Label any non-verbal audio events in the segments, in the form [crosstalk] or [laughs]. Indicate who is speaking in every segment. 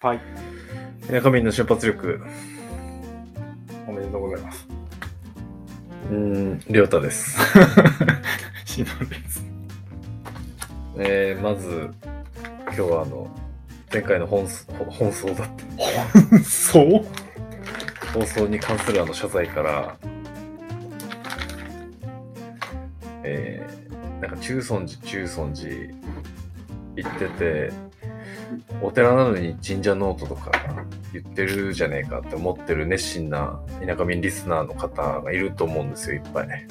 Speaker 1: はい。
Speaker 2: みなかみの瞬発力、おめでとうございます。うーん、りょうたです。
Speaker 1: シノです。
Speaker 2: えー、まず、今日はあの、前回の本す放送だって、
Speaker 1: そう
Speaker 2: 放送に関するあの謝罪から、えー、なんか中尊寺、中尊寺行ってて、お寺なのに神社ノートとか言ってるじゃねえかって思ってる熱心な田舎民リスナーの方がいると思うんですよ、いっぱい。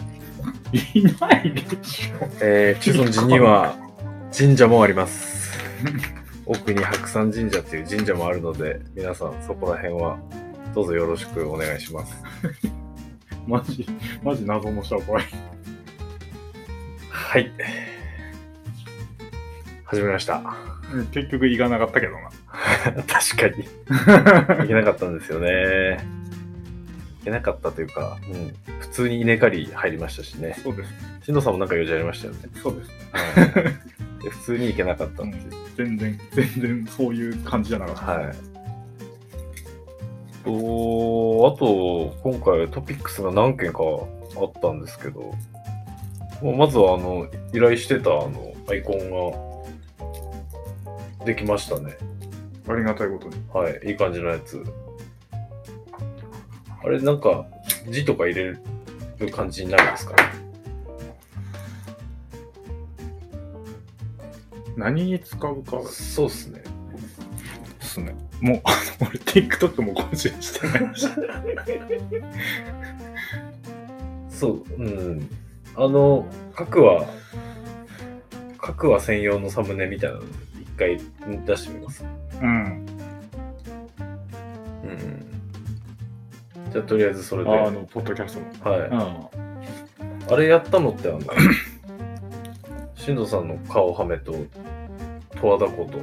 Speaker 1: いないでしょ。
Speaker 2: えー、中尊寺には神社もあります。奥に白山神社っていう神社もあるので、皆さんそこら辺はどうぞよろしくお願いします。
Speaker 1: マジ、マジ謎の商売。
Speaker 2: はい。始めました。 [laughs]
Speaker 1: 結局行かなかったけどな。
Speaker 2: 確かに。いけなかったんですよね。いけなかったというか、うん、普通に稲刈り入りましたしね。
Speaker 1: そうです。
Speaker 2: しんどさんもなんか用事ありましたよ
Speaker 1: [laughs]
Speaker 2: ね。
Speaker 1: そうです。
Speaker 2: はいで普通に行けなかったんですよ。
Speaker 1: 全然、全然そういう感じじゃなかった。
Speaker 2: はい。と、あと、今回トピックスが何件かあったんですけど、もうまずは、あの、依頼してた、あの、アイコンが、できましたね。
Speaker 1: ありがたいことに。
Speaker 2: はい、いい感じのやつ。あれ、なんか、字とか入れる感じになるんですかね。
Speaker 1: 何に使うかで
Speaker 2: そうっすね。
Speaker 1: すね。もう、あの俺 TikTok も更新してないし。
Speaker 2: そう、うん。あの、各は、各は専用のサムネみたいなの、一回出してみます。
Speaker 1: [laughs] うん。
Speaker 2: うん。じゃあ、とりあえずそれで。
Speaker 1: ああ
Speaker 2: は
Speaker 1: の、ポッドキャストの。
Speaker 2: い。
Speaker 1: う
Speaker 2: あれやったのって、あの、 [coughs] しんどさんの顔はめと、十和田湖と、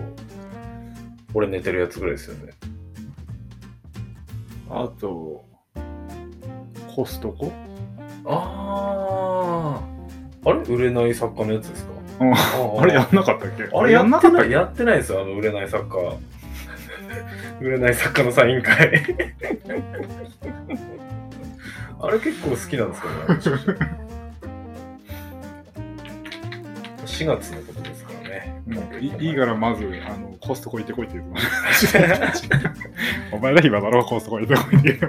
Speaker 2: 俺寝てるやつぐらいですよね。
Speaker 1: ん。あと、コストコ
Speaker 2: ああ。あれ売れない作家のやつですか
Speaker 1: うん
Speaker 2: あ
Speaker 1: あれやんなかったっけ
Speaker 2: あれやんなかった
Speaker 1: っ
Speaker 2: やってないですよ、あの売れない作家。売れない作家のサイン会。あれ結構好きなんですけどね。4月のことですからね。
Speaker 1: けもういいいからまずあのコストコ行ってこいって言うのお前ら暇だろコストコ行ってこいって言う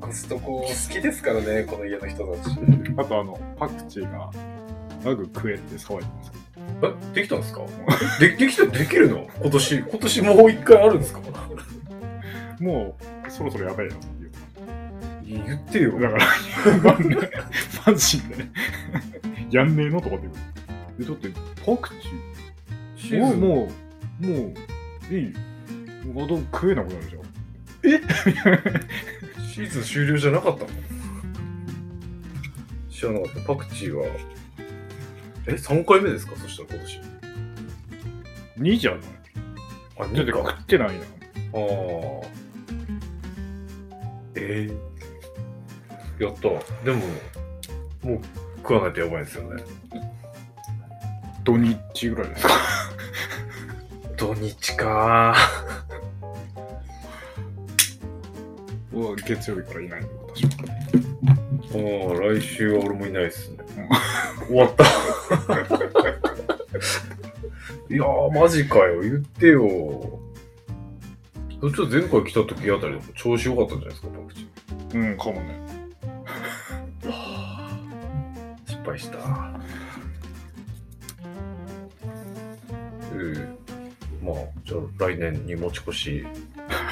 Speaker 2: コストコ好きですからね、この家の人たち。
Speaker 1: のあとあのパクチーがラグ食えって騒いでます
Speaker 2: え、できたんですかでできた、できるの今年、今年もう一回ある
Speaker 1: [laughs]
Speaker 2: んですか
Speaker 1: もうそろそろやばいよって言う
Speaker 2: 言ってよ。
Speaker 1: だから [laughs] マジでやんねえのとかって言うでだってパクチ
Speaker 2: シ
Speaker 1: ーもう
Speaker 2: ーズン
Speaker 1: もうもういいもうどん食えなくなるじゃん
Speaker 2: シーズン終了じゃなかったの知らなかった。パクチーは、え、3回目ですかそしたら今年。
Speaker 1: 2じゃない
Speaker 2: あ、
Speaker 1: だって
Speaker 2: 2
Speaker 1: 食
Speaker 2: か。
Speaker 1: ってないな
Speaker 2: あーえー、やった。でも、もう食わないとやばいですよね。
Speaker 1: 土日ぐらいですか
Speaker 2: 土日か
Speaker 1: うわ月曜日からいないの私は
Speaker 2: ー。もう来週は俺もいないですね。終わった。 [laughs] いやー、マジかよ。言ってよ。そっちは前回来た時あたりでも調子良かったんじゃないですか、パクチー。
Speaker 1: うん、かもね。
Speaker 2: 失敗した。うん。まあ、じゃあ来年に持ち越し。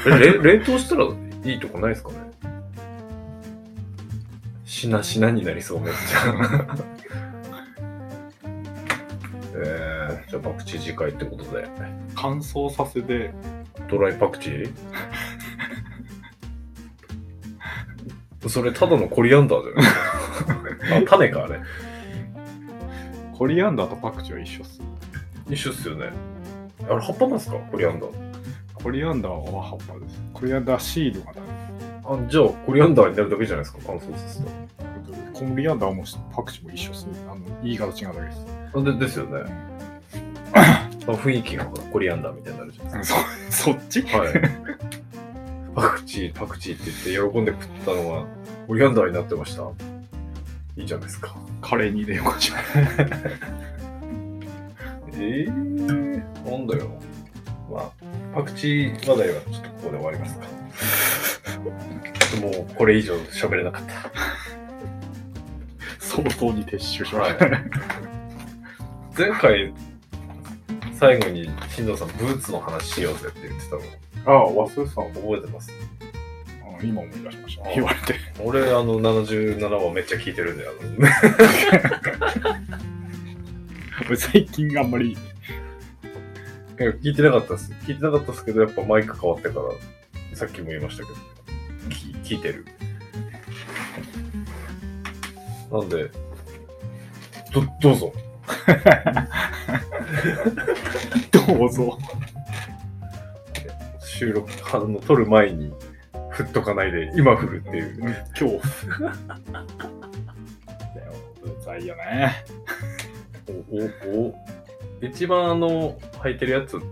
Speaker 2: え、れ [laughs] 冷凍したらいいとこないですかねしなしなになりそう、めっちゃ。 [laughs] えー、じゃあパクチー次回ってことで。
Speaker 1: 乾燥させて、
Speaker 2: ドライパクチーそれただのコリアンダーじゃないあ、種か、あ [laughs] れ。
Speaker 1: コリアンダーとパクチーは一緒っす。
Speaker 2: 一緒っすよね。あれ、葉っぱなんですかコリアンダー。
Speaker 1: コリアンダーは葉っぱです。コリアンダーシードがダメ。
Speaker 2: あ、じゃあ、コリアンダーになるだけじゃないですか乾燥させた
Speaker 1: コリアンダ
Speaker 2: [laughs]
Speaker 1: ーもパクチーも一緒っす。あの、言い方違うだけです。
Speaker 2: ら。あでですよね。その雰囲気がほらコリアンダーみたいになるじゃん。
Speaker 1: うんそ [laughs] そっち
Speaker 2: はい。パクチー、パクチーって言って喜んで食ったのが、コリアンダーになってました。いいじゃないですか。
Speaker 1: カレーに入れようかしら。 [laughs]
Speaker 2: ええなんだよ。まあ、パクチー話題はちょっとここで終わり [laughs] ますか。もうこれ以上喋れなかった。
Speaker 1: 早々に撤収しま
Speaker 2: は
Speaker 1: し
Speaker 2: い
Speaker 1: た。、
Speaker 2: [laughs] 前回最後に新藤さんブーツの話しようぜって言ってたの
Speaker 1: ああ、忘れてたわ
Speaker 2: 覚えてます
Speaker 1: うん今思い出しました
Speaker 2: あ。
Speaker 1: 言われて。 [laughs]
Speaker 2: 俺あの77話めっちゃ聞いてるんだよ [laughs] あ
Speaker 1: 俺最近あんまり、
Speaker 2: の聞いてなかったです聞いてなかったですけどやっぱマイク変わってからさっきも言いましたけど聞聞いてるなんでどどうぞ
Speaker 1: どうぞ。
Speaker 2: 収録あの撮る前に振っとかないで今振るっていう
Speaker 1: 今日。
Speaker 2: [laughs]
Speaker 1: だよ、うざいよね。
Speaker 2: おおお一番あの履いてるやつって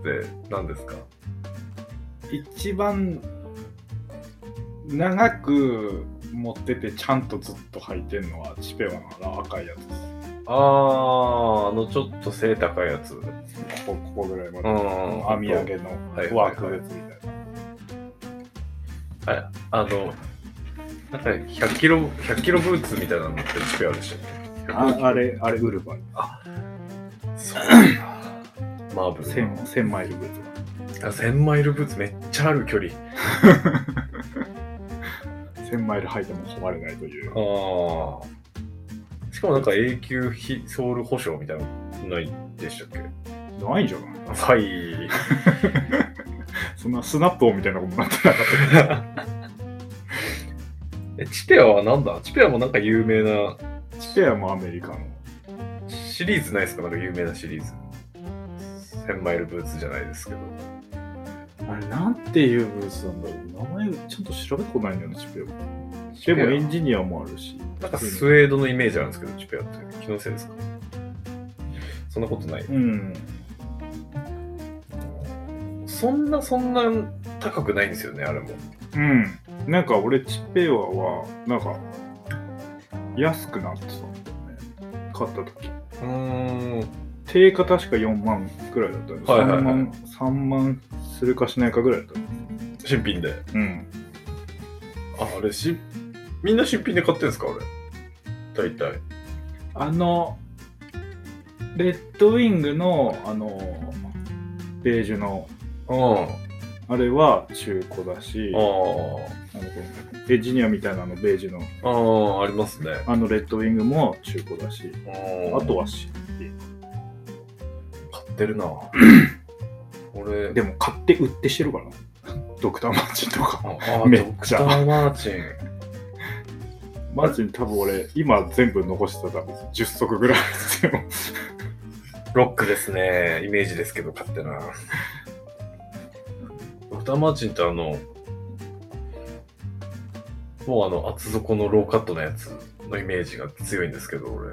Speaker 2: 何ですか
Speaker 1: 一番、長く持っててちゃんとずっと履いてるのはチペワの赤いやつです。
Speaker 2: あああのちょっと背高いやつ
Speaker 1: ここここぐらいま
Speaker 2: う
Speaker 1: で。
Speaker 2: ん
Speaker 1: 網上げの
Speaker 2: はい
Speaker 1: ワークベースみたいな。
Speaker 2: あのなんか100キロ100キロブーツみたいなのってチペアでしたっけ
Speaker 1: ああれ、あれ、ウルバン。
Speaker 2: そうかマーブル
Speaker 1: 1000 1000マイルブーツ。
Speaker 2: あ1000マイルブーツめっちゃある距離
Speaker 1: 1000マイル履いても壊れないという。
Speaker 2: ああしかもなんか永久非ソール保証みたいなのないでしたっけ
Speaker 1: ないんじゃない
Speaker 2: はい
Speaker 1: そんなスナップ音みたいなことになってなかっ
Speaker 2: [laughs] え、チペアはなんだチペアもなんか有名な
Speaker 1: た。チペアもアメリカの。
Speaker 2: シリーズないですかなんか有名なシリーズ。1000マイルブーツじゃないですけど。
Speaker 1: あれ、なんていうブースなんだろう。名前ちゃんと調べたことないんだよね、チペア。でもエンジニアもあるし。
Speaker 2: なんかスウェードのイメージあるんですけど、チペアって。気のせいですかそんなことない。
Speaker 1: うん。
Speaker 2: そんな、そんな高くないんですよね、あれも。
Speaker 1: うん。なんか俺、チペアは、なんか、安くなってたんだよね。買った時。
Speaker 2: うーん。
Speaker 1: 定価確か4万くらいだったんです、
Speaker 2: はいはいはい
Speaker 1: 3万、3万するかしないかぐらいだったんです
Speaker 2: 新品で。
Speaker 1: うん。
Speaker 2: あ、あれし、みんな新品で買ってるんですかあれ。大体。
Speaker 1: あの、レッドウィングの、あの、ベージュの、
Speaker 2: うん。あ
Speaker 1: あれは中古だし、あの
Speaker 2: あ。
Speaker 1: エンジニアみたいなの、ベージュの、
Speaker 2: ああ、ありますね。
Speaker 1: あのレッドウィングも中古だし、
Speaker 2: あ
Speaker 1: あとはし、
Speaker 2: 買って [clears throat] るな俺
Speaker 1: でも買って売ってしてるからな、ドクターマーチンとか。
Speaker 2: ああ
Speaker 1: め
Speaker 2: ド
Speaker 1: っ
Speaker 2: ク
Speaker 1: ち
Speaker 2: タ
Speaker 1: ゃ
Speaker 2: ー・マーチン
Speaker 1: マーチン多分俺、今全部残してたら10足ぐらいですよ。
Speaker 2: ロックですねイメージですけど買ってな [laughs] ドクター・マーチンってあのもうあの厚底のローカットのやつのイメージが強いんですけど俺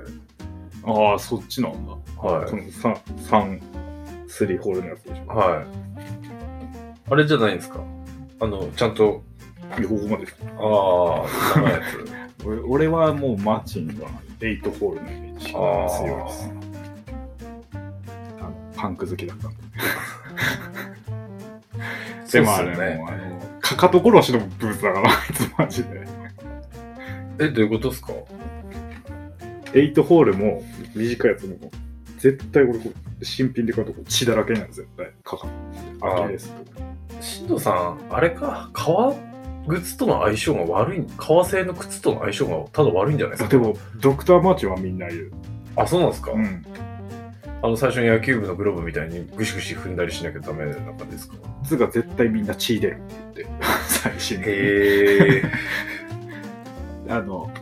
Speaker 1: ああ、そっちなんだ。
Speaker 2: はい
Speaker 1: その3、三スリーホールのやつでしょ。
Speaker 2: はいあれじゃないんですかあのちゃんと
Speaker 1: いやここまでです
Speaker 2: ああ長いやつ
Speaker 1: 俺俺はもうマーチンは8ホールのイメージが強いです。あのパンク好きだったんで。でもあれ、
Speaker 2: [laughs] そうっすよ
Speaker 1: もうあの、かかと殺しのブーツだから、あいつマジで。
Speaker 2: えどういうことですか
Speaker 1: 8ホールも短いやつも、絶対俺こう、新品で買うとこ血だらけになる、絶対。かかと。アキレスとか。
Speaker 2: 新藤さん、あれか、革靴との相性が悪い、革製の靴との相性がただ悪いんじゃないです
Speaker 1: あ
Speaker 2: か。
Speaker 1: でも、ドクターマーチンはみんな言う。
Speaker 2: あ、そうなんですか、
Speaker 1: うん。
Speaker 2: あの、最初に野球部のグローブみたいにぐしぐし踏んだりしなきゃダメな感じですか
Speaker 1: 靴が絶対みんな血出るって言
Speaker 2: [laughs]
Speaker 1: って、最新で。
Speaker 2: へえ。
Speaker 1: あの、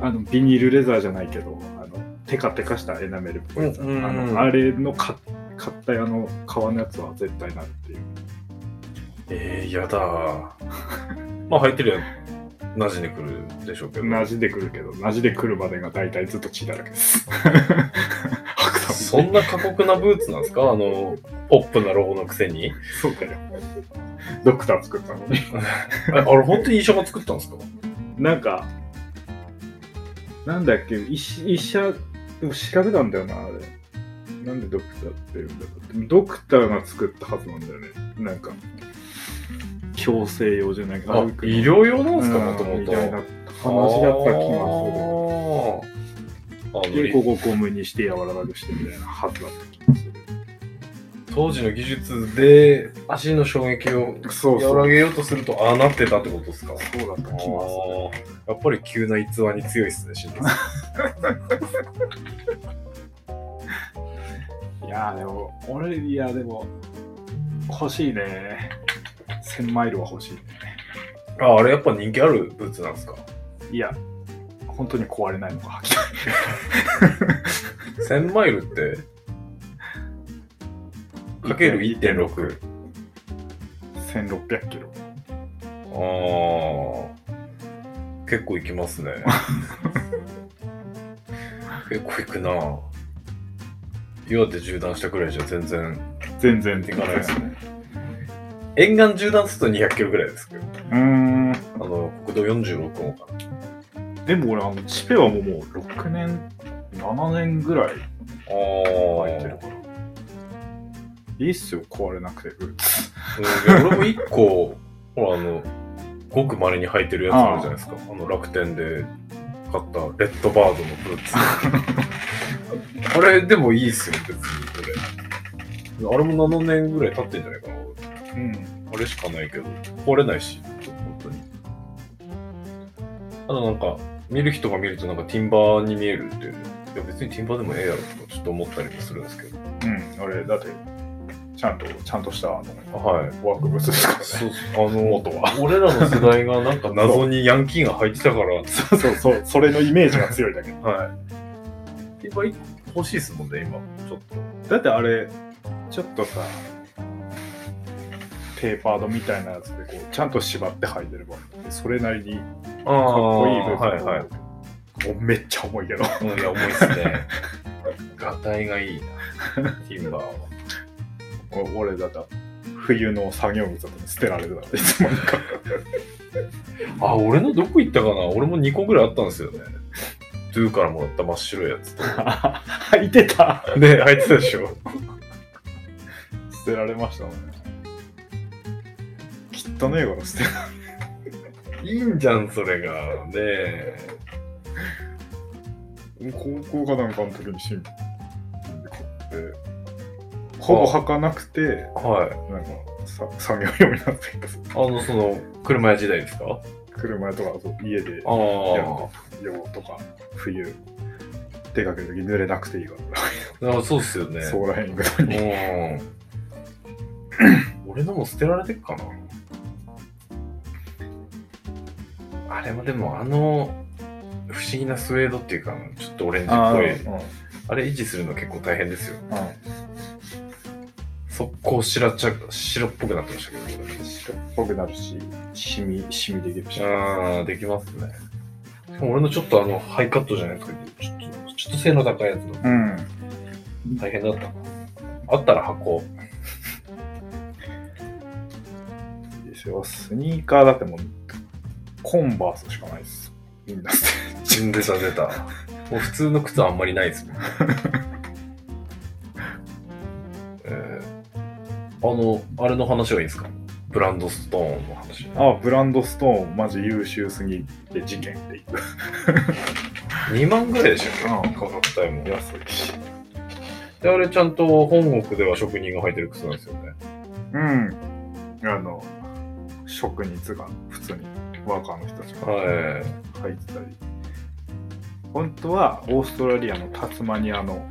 Speaker 1: あのビニールレザーじゃないけど、あのテカテカしたエナメルっぽいやつ、
Speaker 2: うんうん
Speaker 1: あ
Speaker 2: うん
Speaker 1: のあれのか買ったあの革のやつは絶対なるっていう。
Speaker 2: [laughs] えー、やだ。まあ、履いてるやん。馴染んでくるでしょうけど。
Speaker 1: 馴染んでくるけど、馴染んでくるまでが大体 [laughs] ずっと血だらけです。白
Speaker 2: そんな過酷なブーツなんですかあの、ポップなロゴのく
Speaker 1: [laughs]
Speaker 2: せに。
Speaker 1: そうかよ。ドクター作ったのに。
Speaker 2: ああれ、本当に医者が作ったんですか
Speaker 1: なんか、なんだっけ、医師医者、でも資格なんだよな、あれ。なんでドクターって言うんだろう。でもドクターが作ったはずなんだよね。なんか、強制用じゃないか。
Speaker 2: あ、
Speaker 1: 歩くの
Speaker 2: 医療用なんですか、
Speaker 1: う
Speaker 2: もとも
Speaker 1: み
Speaker 2: と。
Speaker 1: たいな話だった気が
Speaker 2: あーあ
Speaker 1: す
Speaker 2: の
Speaker 1: る。で、ここゴムにして柔らかくしてみたいなはずだった気がする。
Speaker 2: 当時の技術で足の衝撃を
Speaker 1: そう
Speaker 2: 和
Speaker 1: そう。
Speaker 2: らげようとするとああなってたってことですか
Speaker 1: そうだった気がする。
Speaker 2: やっぱり急な逸話に強いっすね、しんどさん。
Speaker 1: いやーでも、俺、いやでも、欲しいね。1000マイルは欲しいね。
Speaker 2: あ、あれやっぱ人気あるブーツなんですか
Speaker 1: いや、本当に壊れないのか。
Speaker 2: 1000マイルって、かける1.6。
Speaker 1: 1600キロ。
Speaker 2: ああ、結構いきます
Speaker 1: [laughs]
Speaker 2: ね。結構いくな。岩手縦断したくらいじゃ全然
Speaker 1: 全然
Speaker 2: いかないですね。沿岸縦断すると200キロぐらいですけど、
Speaker 1: うーん。
Speaker 2: あの国道46号かな。
Speaker 1: でも俺、あの、チペはもうもう6年、7年ぐらい
Speaker 2: あ
Speaker 1: 入ってるから。いいっすよ、壊れなくて。ブーツ
Speaker 2: うん俺も一個、ほら、あの、ごく稀に履いてるやつあるじゃないですか。あの楽天で買ったレッドバードのブーツ。 [laughs] あれでもいいっすよ、別にこれ。あれも7年ぐらい経ってんじゃないかな。
Speaker 1: うん。
Speaker 2: あれしかないけど、壊れないし、本当に。あとなんか、見る人が見るとなんかティンバーに見えるっていうね。いや別にティンバーでもええやろとちょっと思ったりもするんですけど。
Speaker 1: うん。あれ、だって、ちゃんと、ちゃんとした、あの、
Speaker 2: はい。
Speaker 1: ワークブーツですからね。
Speaker 2: そうそうあの
Speaker 1: 元は
Speaker 2: [laughs] 俺らの世代がなんか謎にヤンキーが入ってたから、
Speaker 1: そうそうそう、それのイメージが強いだけ。
Speaker 2: はい。今欲しいですもんね、今。ちょっと。
Speaker 1: だってあれちょっとさテーパードみたいなやつでこうちゃんと縛って履いてればそれなりにか
Speaker 2: ああ、
Speaker 1: っこいい部分
Speaker 2: はいはい。
Speaker 1: もうめっちゃ重いけど
Speaker 2: うん、いや、重いっすね。ガタ [laughs] イがいいな、ティンバーは。
Speaker 1: お俺だった冬の作業着とかに捨てられてたいつもなんか
Speaker 2: あ、俺のどこ行ったかな俺も2個ぐらいあったんですよね。ドゥからもらった真っ白いやつと。
Speaker 1: [laughs] 履いてた
Speaker 2: ね、入ってたで [laughs] しょ。
Speaker 1: 捨てられましたねきっとねえから捨てない
Speaker 2: いいんじゃん、それが。ねえ。
Speaker 1: 高校かなんかの時に新聞で買ってほぼ履かなくて
Speaker 2: はい。
Speaker 1: なんかさ作業用になってる
Speaker 2: あの、その、車屋時代ですか
Speaker 1: 車とかそう家で
Speaker 2: ああ。
Speaker 1: 用とか冬出かける時濡れなくていいか
Speaker 2: あそうっすよね。
Speaker 1: ら、そこら辺行くのに
Speaker 2: うん。 [clears throat] 俺のも捨てられてっかな。あれもでもあの不思議なスウェードっていうかちょっとオレンジっぽいあれ維持するの結構大変ですよ
Speaker 1: うん
Speaker 2: 速攻白茶白っぽくなってましたけど
Speaker 1: 白っぽくなるしシミシミできるし
Speaker 2: ああできますねしかも俺のちょっとあのハイカットじゃないですけどちょっとちょっと背の高いやつの
Speaker 1: うん
Speaker 2: 大変だったなあったら箱
Speaker 1: いいですよスニーカーだってもうコンバースしかないですみんな捨て
Speaker 2: 出た出たもう普通の靴はあんまりないですもん [laughs] えーあのあれの話はいいんですかブランドストーンの話
Speaker 1: あブランドストーンマジ優秀すぎて事件って言っ
Speaker 2: 2万ぐらいでしたっけ、
Speaker 1: うん
Speaker 2: 価格帯も
Speaker 1: て安いし
Speaker 2: であれちゃんと本国では職人が履いてる靴なんですよね
Speaker 1: うんあの職人つうか普通にワーカーの人たちが
Speaker 2: はい
Speaker 1: 入ってたり本当はオーストラリアのタスマニアの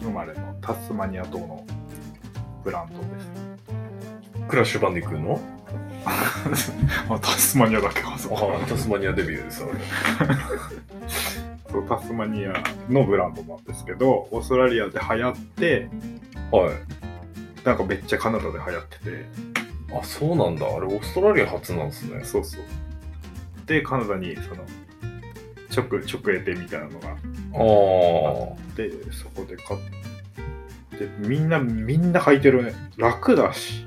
Speaker 1: 生まれのタスマニア島のブランド
Speaker 2: クラッシュバンディクーの
Speaker 1: です [laughs] あタスマニアだけかそ
Speaker 2: ああタスマニアデビューですあれ
Speaker 1: そうタスマニアのブランドなんですけどオーストラリアで流行って
Speaker 2: はい
Speaker 1: なんかめっちゃカナダで流行ってて
Speaker 2: あそうなんだあれオーストラリア初なんですね
Speaker 1: そうそうでカナダにその直直営店みたいなのがあ
Speaker 2: ああ
Speaker 1: ってそこで買っでみんなみんな履いてるね楽だし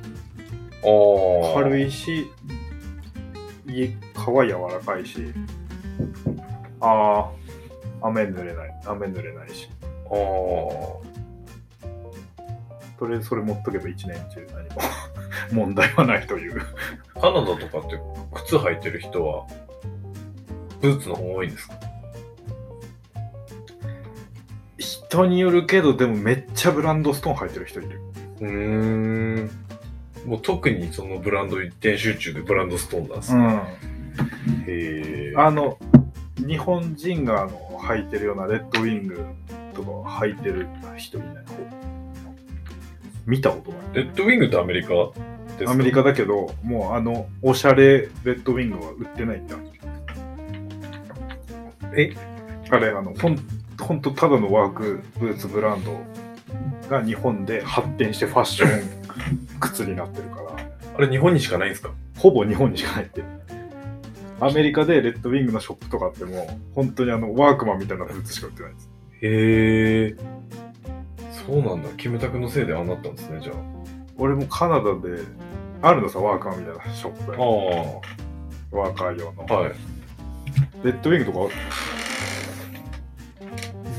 Speaker 2: お
Speaker 1: 軽
Speaker 2: い。
Speaker 1: いしい皮柔らかいしああ雨濡れない雨濡れないし
Speaker 2: お
Speaker 1: とりあえずそれ持っとけば一年中何も [laughs] 問題はないという
Speaker 2: ーカナダとかって靴履いてる人は、ブーツの方多いんですか
Speaker 1: 人によるけどでもめっちゃブランドストーン履いてる人いる
Speaker 2: うーん。もう特にそのブランド一点集中でブランドストーンなんです、
Speaker 1: う
Speaker 2: ね
Speaker 1: ん
Speaker 2: へー
Speaker 1: あの日本人があの履いてるようなレッドウィングとか履いてる人いない方見たことない
Speaker 2: レッドウィングってアメリカですか
Speaker 1: アメリカだけど、もうあの、おしゃれレッドウィングは売ってないんだ。
Speaker 2: え
Speaker 1: あれ、あの、ほんほんとただのワークブーツブランドが日本で発展してファッション靴になってるから、
Speaker 2: あれ日本にしかないんですか
Speaker 1: ほぼ日本にしかないって。アメリカでレッドウィングのショップとかあっても、本当にあの、ワークマンみたいなブーツしか売ってないです。
Speaker 2: へえ。そうなんだ。キムタクのせいでああなったんですね、じゃあ。
Speaker 1: 俺もカナダで、あるのさ、ワークマンみたいなショップ
Speaker 2: あ。あ
Speaker 1: ワーカー用の。。
Speaker 2: はい。
Speaker 1: レッドウィングとか、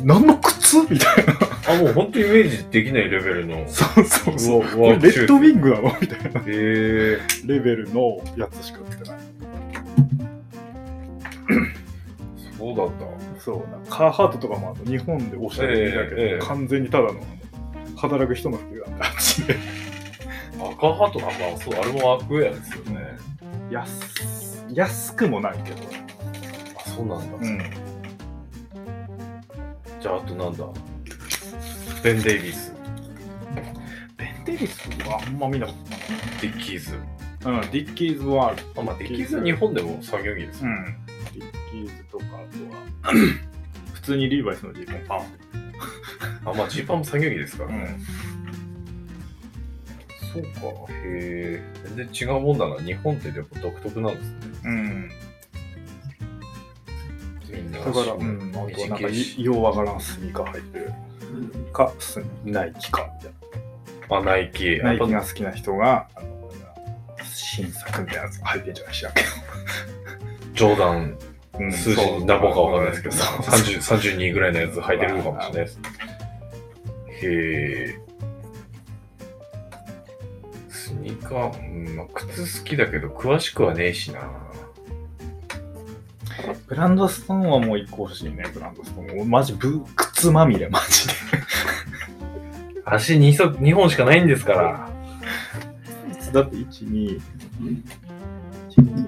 Speaker 1: 何の靴みたいな。
Speaker 2: あ、もう本当イメージできないレベルの。う
Speaker 1: そうそうそう。
Speaker 2: わう
Speaker 1: こ
Speaker 2: わ
Speaker 1: れレッドウ
Speaker 2: へ
Speaker 1: ィングなのみたいな
Speaker 2: え。
Speaker 1: レベルのやつしか売ってない。
Speaker 2: そうだった。
Speaker 1: そうな。カーハートとかもあの日本でおしゃれだけど、
Speaker 2: ええええ
Speaker 1: 完全にただのあの働く人の服なんだ。あっちで
Speaker 2: 赤ハートが、まあそう、あれもワークウェアですよね。
Speaker 1: 安安くもないけど。
Speaker 2: あ、そうなんだ。
Speaker 1: ん。
Speaker 2: じゃあ、あとなんだベン・デイビス、
Speaker 1: ベン・デビスはあんま見なかった
Speaker 2: ディッキーズ。
Speaker 1: な。うん、ディッキーズはある。
Speaker 2: あ、まあディッキーズは日本でも作業着です
Speaker 1: う
Speaker 2: よ。
Speaker 1: ん。ディッキーズとか、あとは、 [clears throat] 普通にリーバイスのジーパンパン。
Speaker 2: あ、まあジーパンも作業着ですからね。
Speaker 1: ん。
Speaker 2: そうか。へえ。全然違うもんだな。日本ってやっぱ独特なんですね。
Speaker 1: うん。
Speaker 2: みんな
Speaker 1: だから、うん、あとなんか
Speaker 2: 短いし
Speaker 1: ようわからんスニーカー入ってるか、スニナイキかみたい
Speaker 2: あ、ナイキ。
Speaker 1: な。ナイキが好きな人が、あの新作みたいなやつ入ってんじゃないしらんけ
Speaker 2: ジョーダン、
Speaker 1: ど、うん
Speaker 2: 数字何本かわかんないですけど、
Speaker 1: そう
Speaker 2: 30 32ぐらいのやつ履いてるのかもしれないです。へえ。スニーカー、うんまあ、靴好きだけど、詳しくはねえしな。
Speaker 1: ブランドストーンはもう一個欲しいね、ブランドストーン。マジ、ブ靴まみれ、マジで。
Speaker 2: 足 2, 足2本しかないんですから。
Speaker 1: だって、1、2、1、2、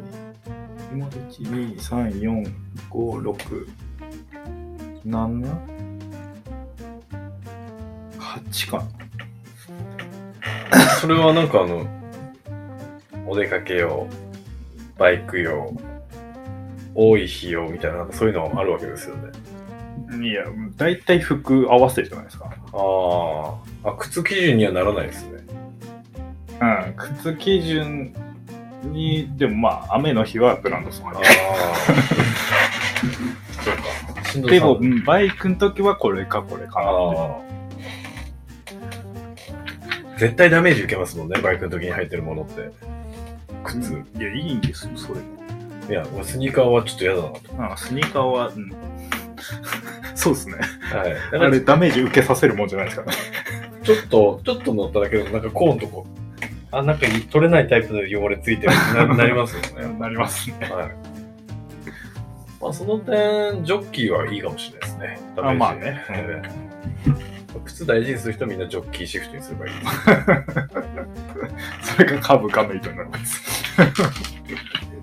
Speaker 1: 今1、2、3、4、5、6、7、8かな。
Speaker 2: それはなんかあの、お出かけ用、バイク用、多い費用みたいな、なんかそういうのあるわけですよね。
Speaker 1: いや、大体服合わせじゃないですか。
Speaker 2: あーあ、靴基準にはならないですね。
Speaker 1: うん、靴基準に、でもまあ、雨の日はブランドストーン
Speaker 2: あ
Speaker 1: 入
Speaker 2: あ
Speaker 1: ってる。。
Speaker 2: そうか。しんどい
Speaker 1: で
Speaker 2: さ
Speaker 1: も、うんバイクの時はこれかこれかなって。
Speaker 2: ああ。絶対ダメージ受けますもんね、バイクの時に履いてるものって。靴。
Speaker 1: うんいや、いいんですよ、それ。
Speaker 2: いや、俺スニーカーはちょっと嫌だなと。
Speaker 1: うん、スニーカーは、うん、 [laughs] そうですね。
Speaker 2: はい。だ
Speaker 1: あ
Speaker 2: から
Speaker 1: れ、
Speaker 2: ち
Speaker 1: ダメージ受けさせるもんじゃないですからね。
Speaker 2: ょっと、ちょっと乗っただけでも、なんかコーンとこ。あ、なんか取れないタイプの汚れついてるな
Speaker 1: [laughs]
Speaker 2: なりますよね。
Speaker 1: なりますね。
Speaker 2: はい。まあ、その点、ジョッキーはいいかもしれないですね。ダメー
Speaker 1: あ
Speaker 2: ジ
Speaker 1: まあね。
Speaker 2: はい靴大事にする人はみんなジョッキーシフトにすればいい。
Speaker 1: それが株価の糸になります。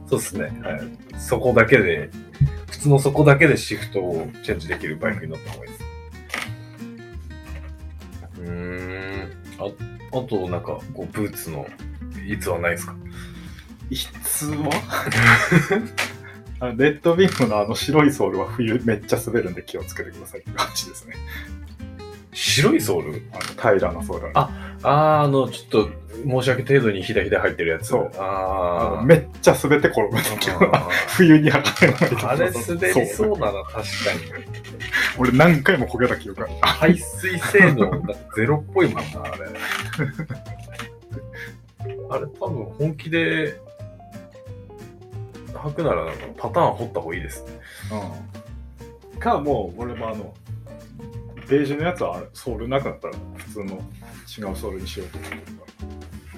Speaker 2: そうですね。はい。そこだけで、靴の底だけでシフトをチェンジできるバイクに乗った方がいいです。うーん。ああと、なんか、こう、ブーツの、いつはないですか
Speaker 1: 質は [laughs] あレッドウィングのあの白いソールは冬めっちゃ滑るんで気をつけてくださいって感じですね。
Speaker 2: 白いソール
Speaker 1: あの平らなそうだね。
Speaker 2: ああー、あの、ちょっと、申し訳程度にひだひだ入ってるやつ。
Speaker 1: そうあ
Speaker 2: あ
Speaker 1: の
Speaker 2: あ。
Speaker 1: めっちゃ滑って転が
Speaker 2: [laughs]
Speaker 1: ったけど、
Speaker 2: あ
Speaker 1: 冬に履かれないと
Speaker 2: ーあれ滑りそううだな、確かに。
Speaker 1: 俺何回もこけた記憶ある。
Speaker 2: 排水性能、なんかゼロっぽいもんな、あれ。 [laughs] あれ、多分本気で、履くならパターン掘った方がいいですね。
Speaker 1: うん、かもう俺もあのベージュのやつはあれソールなくなったら普通の違うソールにしようと思ってる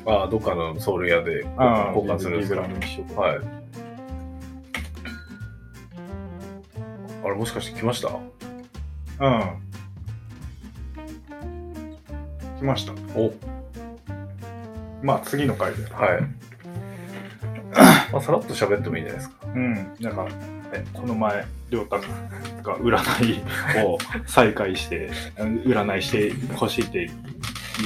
Speaker 1: か
Speaker 2: ああ、どっかのソール屋で交
Speaker 1: ら
Speaker 2: 換交換するんで
Speaker 1: リ
Speaker 2: す
Speaker 1: ブ
Speaker 2: か
Speaker 1: ラムにしよう
Speaker 2: はい。あれ、もしかして来ました
Speaker 1: うん来ました
Speaker 2: お
Speaker 1: まあ次の回で
Speaker 2: はい。まあ、さらっと喋ってもいいんじゃないですか。
Speaker 1: うんなんか、ね、この前亮太が占いを再開してあの占いしてほしいっていう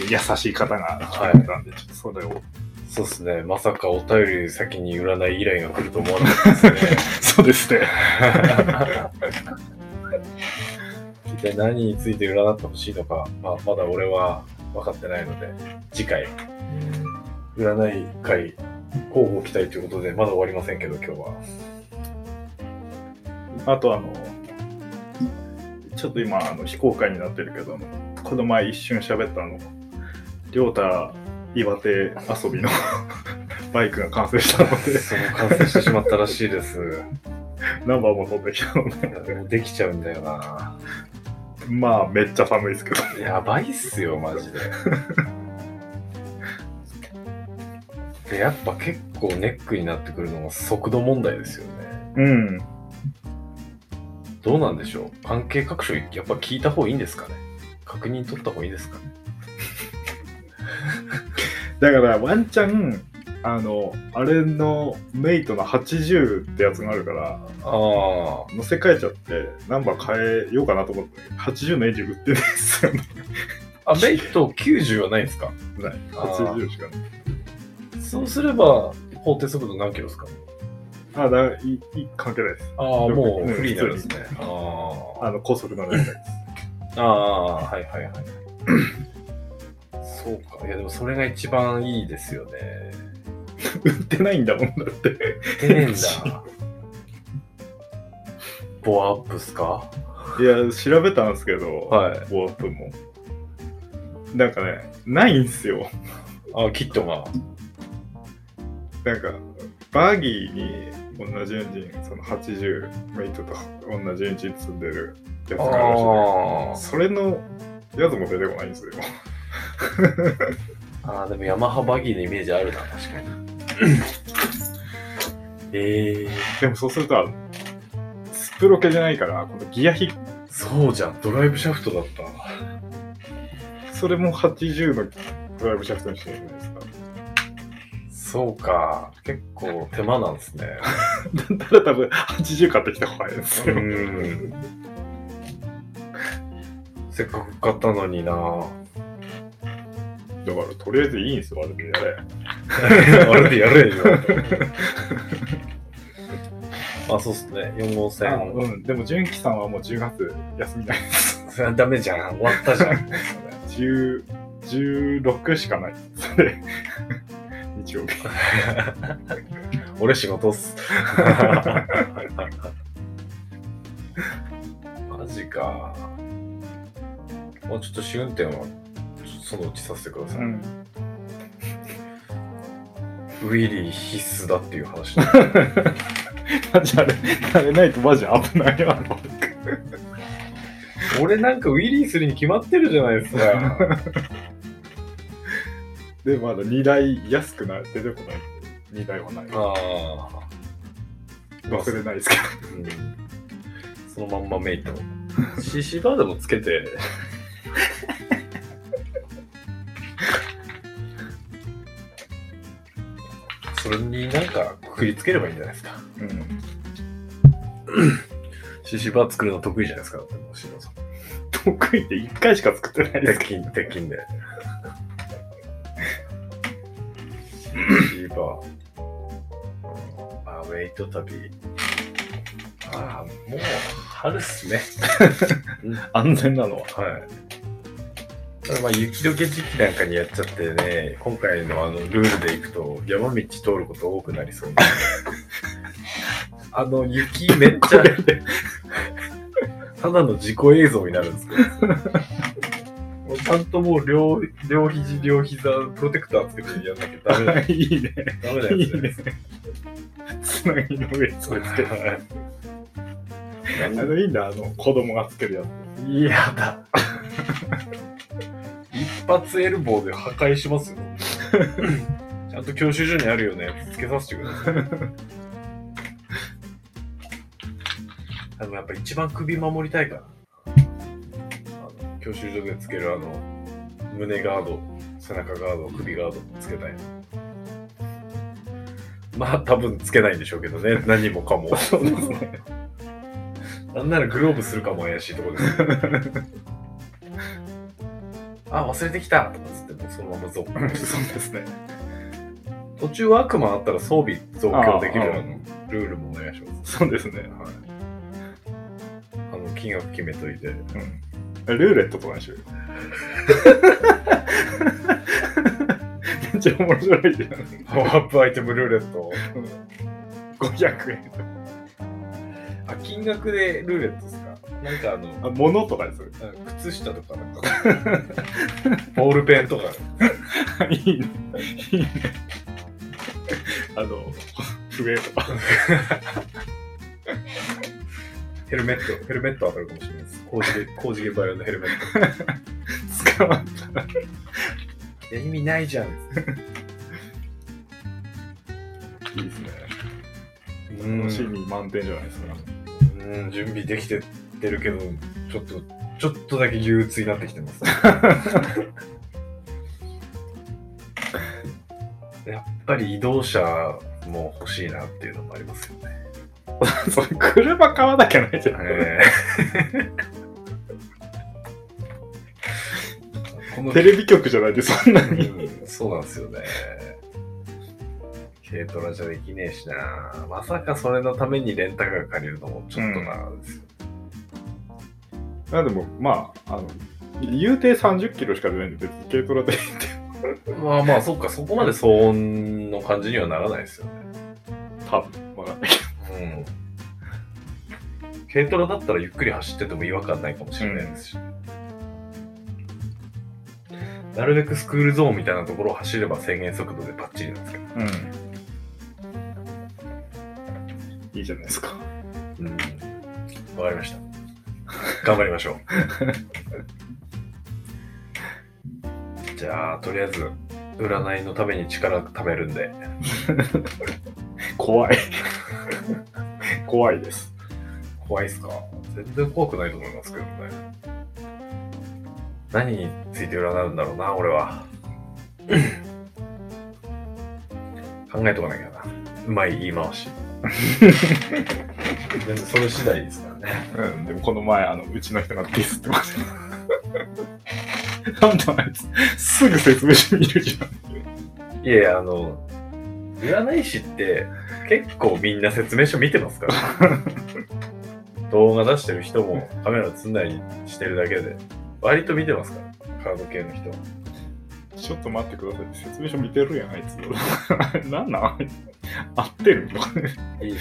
Speaker 1: 優しい方が来てくれたんで、ちょっとそれを
Speaker 2: そうですね。まさかお便り先に占い依頼が来ると思わなかったですね。
Speaker 1: そうですね
Speaker 2: 一体何について占ってほしいのか、まあ、まだ俺は分かってないので、次回、占い会、交互期待ということで、まだ終わりませんけど、今日は。
Speaker 1: あとあの、ちょっと今あの非公開になってるけど、あのこの前一瞬喋ったあの、りょうた岩手遊びの [laughs] バイクが完成したので、
Speaker 2: その完成してしまったらしいです。
Speaker 1: ナンバーも飛んできたので、
Speaker 2: もうできちゃうんだよな。
Speaker 1: まあめっちゃ寒いですけど、
Speaker 2: やばいっすよ、マジで。でやっぱ結構ネックになってくるのが速度問題ですよね。
Speaker 1: うん、
Speaker 2: どうなんでしょう関係各所、やっぱ聞いた方がいいんですかね確認取った方がいいですかね
Speaker 1: だからワンチャン、あの、あれのメイトの80ってやつがあるから、
Speaker 2: あ
Speaker 1: 乗せ替えちゃって、ナンバー変えようかなと思ったけど、80のエンジン売ってないですよね。
Speaker 2: あ。あ、メイト90はないんですか
Speaker 1: [laughs] ない
Speaker 2: あー
Speaker 1: 80しかない。
Speaker 2: そうすれば、法定速度何キロですか
Speaker 1: あ、だいい関係ないです。
Speaker 2: ああ、もうフリーになるんですね。ああ
Speaker 1: あの、高速の連絡です。
Speaker 2: ああー、はいはいはい。 [laughs] そうか。いや、でもそれが一番いいですよね。
Speaker 1: 売ってないんだもんだって。
Speaker 2: 出ねえ [laughs] んだ。ボアアップっすか
Speaker 1: いや、調べたんですけど、
Speaker 2: はい
Speaker 1: ボアップも。なんかね、ないんすよ。
Speaker 2: あ、キットが。
Speaker 1: なんか、バギーに同じエンジン、その80メイトと同じエンジン積んでるやつがあるらしいんだけど、それのやつも出てこないんですよ。
Speaker 2: あーでもヤマハバギーのイメージあるな、確かに。 [clears throat] ええー、
Speaker 1: [laughs] でもそうすると、スプロケじゃないから、このギア比、
Speaker 2: そうじゃん。ドライブシャフトだった。
Speaker 1: それも80のドライブシャフトにしてるじゃないですか。 [laughs]
Speaker 2: そうか。結構手間なんですね。
Speaker 1: だったら多分80買ってきた方がいいですよ。
Speaker 2: うん。せっかく買ったのにな。
Speaker 1: だからとりあえずいいんですよ、あれでやれ。
Speaker 2: [laughs] あれでやれよ。 [laughs] あ、そうっすね。4号
Speaker 1: あ
Speaker 2: 線。
Speaker 1: うん、でも純喜さんはもう10月休みないです
Speaker 2: それはダメじゃん。終わったじゃん。
Speaker 1: 10 16しかないそれ [laughs] 日曜日
Speaker 2: 俺仕事っす。マジか。もうちょっと試運転はそのうちさせてください。
Speaker 1: ん
Speaker 2: ウィリー必須だっていう話。
Speaker 1: マジあれあれないとマジ危ないよ
Speaker 2: 俺なんかウィリーするに決まってるじゃないですか。
Speaker 1: でまだ2台安くない出てこない2台はない
Speaker 2: ああ。
Speaker 1: 忘れないですけ
Speaker 2: うんそのまんまメイト。CC バーでもつけて。それになんかくくりつければいいんじゃないですか。
Speaker 1: ど、うん、
Speaker 2: CC バー作るの得意じゃないですか。だってもうシロさん。
Speaker 1: 得意って1回しか作ってないです
Speaker 2: 鉄筋、鉄筋で。CC バー。うんアウェイト旅。ああ、もう春っすね。
Speaker 1: 安全なのは
Speaker 2: はい。ただまあ、雪解け時期なんかにやっちゃってね、今回のあのルールでいくと、山道通ること多くなりそうなんであの、雪めっちゃ、ただの事故映像になるんですけど、もうちゃんともう両、両肘、両膝、プロテクターつけてやんなきゃダメだ、
Speaker 1: いいね。
Speaker 2: ダメだ
Speaker 1: い
Speaker 2: やつ
Speaker 1: いね。つなぎの上にそれつけた。あの、いいんだ、あの、子供がつけるや
Speaker 2: いやだ。 [laughs] 一発エルボーで破壊しますよ。ちゃんと教習所にあるよね。つけさせてくだ
Speaker 1: [laughs]
Speaker 2: さい。あの、やっぱ一番首守りたいから。あの教習所でつけるあの、胸ガード、背中ガード、首ガードつけたい。まあ多分つけないんでしょうけどね。何もかも。
Speaker 1: つ。 [laughs] そうですね。
Speaker 2: なんならグローブするかも怪しいところです。
Speaker 1: [laughs]
Speaker 2: あ、忘れてきたとかつって、もうそのままゾック
Speaker 1: そうですね。
Speaker 2: 途中悪魔あったら装備増強できる
Speaker 1: ああ
Speaker 2: あのルールもお願いします。
Speaker 1: そうですね。は
Speaker 2: あの、金額決めといて。
Speaker 1: い。うん。ルーレットとかにしようよ。めっちゃ面白いじゃん。
Speaker 2: パワーアップアイテムルーレット。
Speaker 1: [laughs] 500円とか。
Speaker 2: あ、金額でルーレットですかなんかあの、
Speaker 1: あ、物とかでする。
Speaker 2: なんか靴下とか [laughs] なんか、ボールペンとか。
Speaker 1: [laughs] いいね。いいね。あの、笛とか。
Speaker 2: ヘルメット、ヘルメット当たるかもしれないです。工事現工事現場用のヘルメット。
Speaker 1: 使わん
Speaker 2: いや、意味ないじゃん。
Speaker 1: いいですね。
Speaker 2: うん
Speaker 1: 楽しみ満点じゃないですか。 [laughs]
Speaker 2: うん、準備できてってるけど、ちょっと、ちょっとだけ憂鬱になってきて [laughs] ます。やっぱり移動車も欲しいなっていうのもありますよね。
Speaker 1: それ車買わなきゃないじゃない、
Speaker 2: えーこの
Speaker 1: テレビ局じゃないでそんなに。 [laughs]
Speaker 2: うんそうなんですよね。軽トラじゃできねえしな。まさかそれのためにレンタカー借りるのもちょっとなんですよ。
Speaker 1: あでも、まあ、あの、言うて30キロしか出ないんで、別に軽トラで。 [laughs]
Speaker 2: まあまあ、そっか、そこまで騒音の感じにはならないですよね。
Speaker 1: 多分、わかんない
Speaker 2: うん。軽トラだったらゆっくり走ってても違和感ないかもしれないですし。なるべくスクールゾーンみたいなところを走れば制限速度でバッチリなんですけど。
Speaker 1: うん。いいじゃないですか。
Speaker 2: うん。わかりました。頑張りましょう。 [laughs] じゃあ、とりあえず、占いのために力貯めるんで、
Speaker 1: 怖い。 [laughs] 怖いです。
Speaker 2: 怖いっすか全然怖くないと思いますけどね。何について占うんだろうな、俺は。 [coughs] 考えとかなきゃな。うまい言い回し。でもそれ次第ですからね。
Speaker 1: うん、でもこの前、あの、うちの人がディスってました。 [laughs] なんだあいつ、すぐ説明しにいるじゃん。
Speaker 2: いやいや、あの、占い師って結構みんな説明書見てますから。 [laughs] 動画出してる人もカメラつんだりしてるだけで、割と見てますから、カード系の人は。
Speaker 1: ちょっと待ってください。説明書見てるやん、あいつ。 [laughs] なんなんあいつ合ってるの
Speaker 2: いや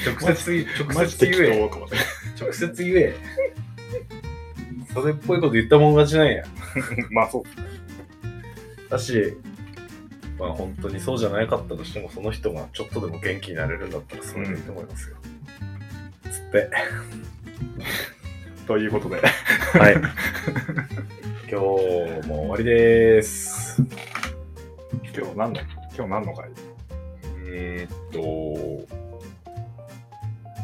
Speaker 2: 直接、直
Speaker 1: マジ
Speaker 2: 接
Speaker 1: 適
Speaker 2: 言え。
Speaker 1: 当かもね。
Speaker 2: 直接言え。それっぽいこと言ったもん勝ちなんや。
Speaker 1: [laughs] まあそう。
Speaker 2: だし、まあ本当にそうじゃなかったとしても、その人がちょっとでも元気になれるんだったらそれでいいと思いますよ。つって。
Speaker 1: ということで。
Speaker 2: はい。 [laughs] 今日も終わりです。
Speaker 1: 今日何の今日何の回
Speaker 2: えーっと、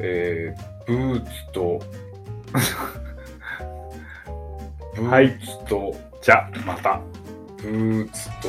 Speaker 2: えー、ブー
Speaker 1: [laughs]
Speaker 2: ツと、ブーツと、
Speaker 1: じゃあ、また。
Speaker 2: ブーツと、